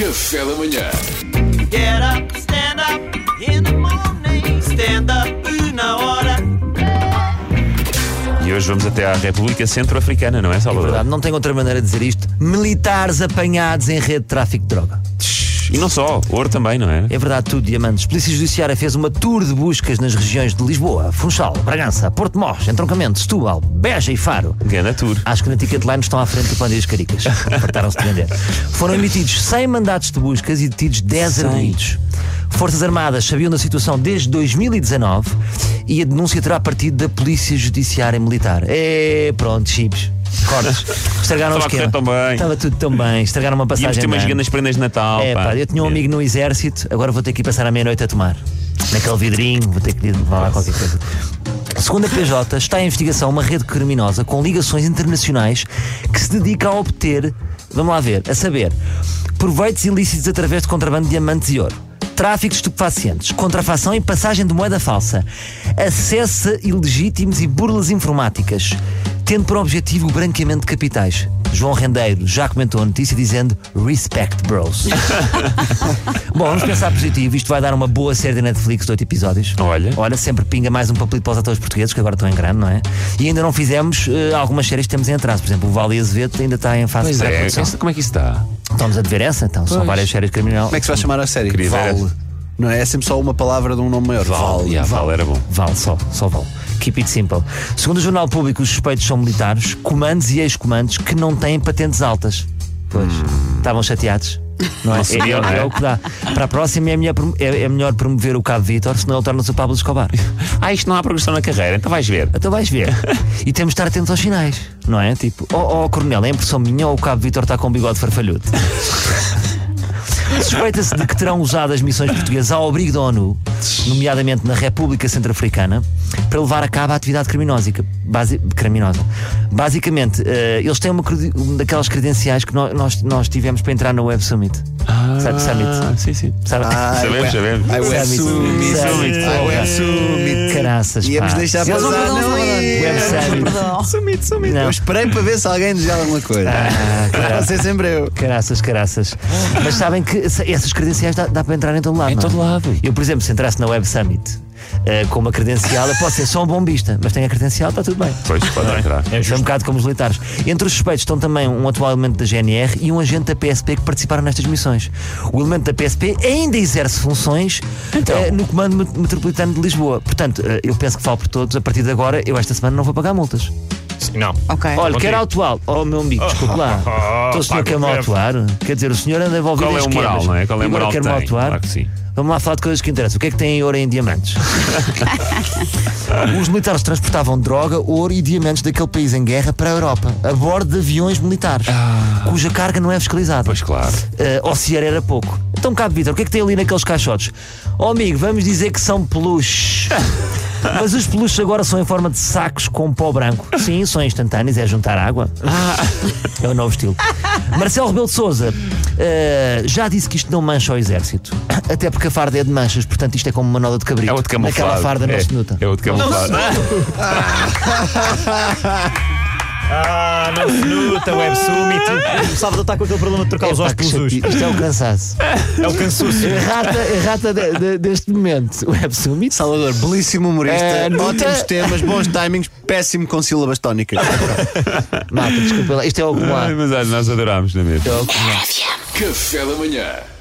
Café da manhã. Get up, stand up in the morning. Stand up na hora. E hoje vamos até à República Centro-Africana, não é, Salvador? Verdade, não tenho outra maneira de dizer isto. Militares apanhados em rede de tráfico de droga. e não só, ouro também, não é? É verdade tudo, Diamantes. Polícia Judiciária fez uma tour de buscas nas regiões de Lisboa, Funchal, Bragança, Porto Mós, Entroncamento, Setúbal, Beja e Faro. Ganda Tour. Acho que na Ticketline estão à frente do Plano das Caricas. Fartaram-se de vender. Foram emitidos 100 mandatos de buscas e detidos 10 arguidos. Forças Armadas sabiam da situação desde 2019 e a denúncia terá partido da Polícia Judiciária Militar. É, pronto, chips. Cortes. Estragaram Estava a o correr esquema. tão bem. Estava tudo tão bem. Estragaram uma passagem. Íamos ter de umas ano. grandes prendas de Natal. É, pá, eu tinha um amigo no exército, agora vou ter que ir passar a meia-noite a tomar. Naquele vidrinho, vou ter que ir levar lá qualquer coisa. Segundo a PJ, está em investigação uma rede criminosa com ligações internacionais que se dedica a obter, vamos lá ver, a saber, proveitos ilícitos através de contrabando de diamantes e ouro. Tráfico de estupefacientes, contrafação e passagem de moeda falsa, acesso a ilegítimos e burlas informáticas, tendo por objetivo o branqueamento de capitais. João Rendeiro já comentou a notícia dizendo Respect, bros. Bom, vamos pensar positivo. Isto vai dar uma boa série da Netflix de 8 episódios. Olha. Olha, sempre pinga mais um papelito para os atores portugueses, que agora estão em grande, não é? E ainda não fizemos eh, algumas séries que temos em atraso. Por exemplo, o Vale Azevedo ainda está em fase Pois de é, pré-produção. essa- como é que isso está? Estamos a dever essa, então. São várias séries criminal. Como é que se vai chamar a série? Queria ver. Vale. Não é? É sempre só uma palavra de um nome maior. Vale. Yeah, Val era bom. Vale, só, só vale. Keep it simple. Segundo o Jornal Público, os suspeitos são militares, comandos e ex-comandos que não têm patentes altas. Pois, estavam chateados. Não é? Hum. Não sabiam, É- não é? é o que dá. Para a próxima é melhor, prom- é, é melhor promover o Cabo Vítor, senão ele torna-se o Pablo Escobar. Ah, isto não há progressão na carreira, então vais ver. Então vais ver. E temos de estar atentos aos sinais, não é? Tipo, oh, oh Coronel, é impressão minha ou o Cabo Vítor está com um bigode farfalhudo? Suspeita-se de que terão usado as missões portuguesas ao abrigo da ONU, nomeadamente na República Centro-Africana, para levar a cabo a atividade criminosa. basi- criminosa. Basicamente, eh, eles têm uma, credi- uma daquelas credenciais que nós, nós, nós tivemos para entrar no Web Summit. Sabe, Ah, Summit? sim, sim. Sabe? Sabemos, sabemos. I Ah, Web Summit. Summit. Summit. I Web Summit. Caraças, Íamos pá. deixar Eles não passar, perdoam, não Web íamos. Summit. Summit, Summit. Não. Eu esperei para ver se alguém dizia alguma coisa. Ah, Vai caraças. ser sempre eu. Caraças, caraças. Mas sabem que essa- essas credenciais dá, dá para entrar em todo lado. Em não é? todo lado. Eu, por exemplo, se entrasse na Web Summit eh, com uma credencial, eu posso ser só um bombista, mas tenho a credencial, está tudo bem. Pois, pode entrar. Isso É um bocado como os militares. Entre os suspeitos estão também um atual elemento da GNR e um agente da PSP que participaram nestas missões. O elemento da PSP ainda exerce funções Então. eh, no Comando Met- Metropolitano de Lisboa. Portanto, eh, eu penso que falo por todos. A partir de agora, eu esta semana não vou pagar multas. Não. Ok. Olha, Bom quero dia. Ah, autual. Oh, meu amigo, desculpe lá. Então o senhor quer-me autuar? Quer dizer, o senhor anda envolvido Qual em é o esquemas. moral, não é? Qual é o Agora moral que quer-me tem? autuar? Claro que sim. Vamos lá falar de coisas que interessam. O que é que tem em ouro e em diamantes? Os militares transportavam droga, ouro e diamantes daquele país em guerra para a Europa, a bordo de aviões militares, cuja carga não é fiscalizada. Ah. Pois claro. Eh, ou se era, era pouco. Então, Cabo Vitor, o que é que tem ali naqueles caixotes? Oh, amigo, vamos dizer que são peluches. Mas os peluches agora são em forma de sacos com pó branco. Sim, são instantâneos, é juntar água. Ah. É o novo estilo. Marcelo Rebelo de Souza já disse que isto não mancha o exército. Até porque a farda é de manchas, portanto isto é como uma noda de cabrito. É outro camuflado. Naquela farda é, não se nota. É outro camuflado. Ah, não se nota, Web Summit. O Salvador está com aquele problema de trocar os Epá, ossos que pelos chatice. us. Isto é o cansaço. É o cansuço. A rata, a rata de- de- deste momento, o Web Summit, Salvador, belíssimo humorista, É, nunca- ótimos temas, bons timings, péssimo com sílabas tónicas. Malta, desculpa lá, isto é o acumular. Ai, Mas olha, nós adorámos, não é mesmo? É o acumular. Café da manhã.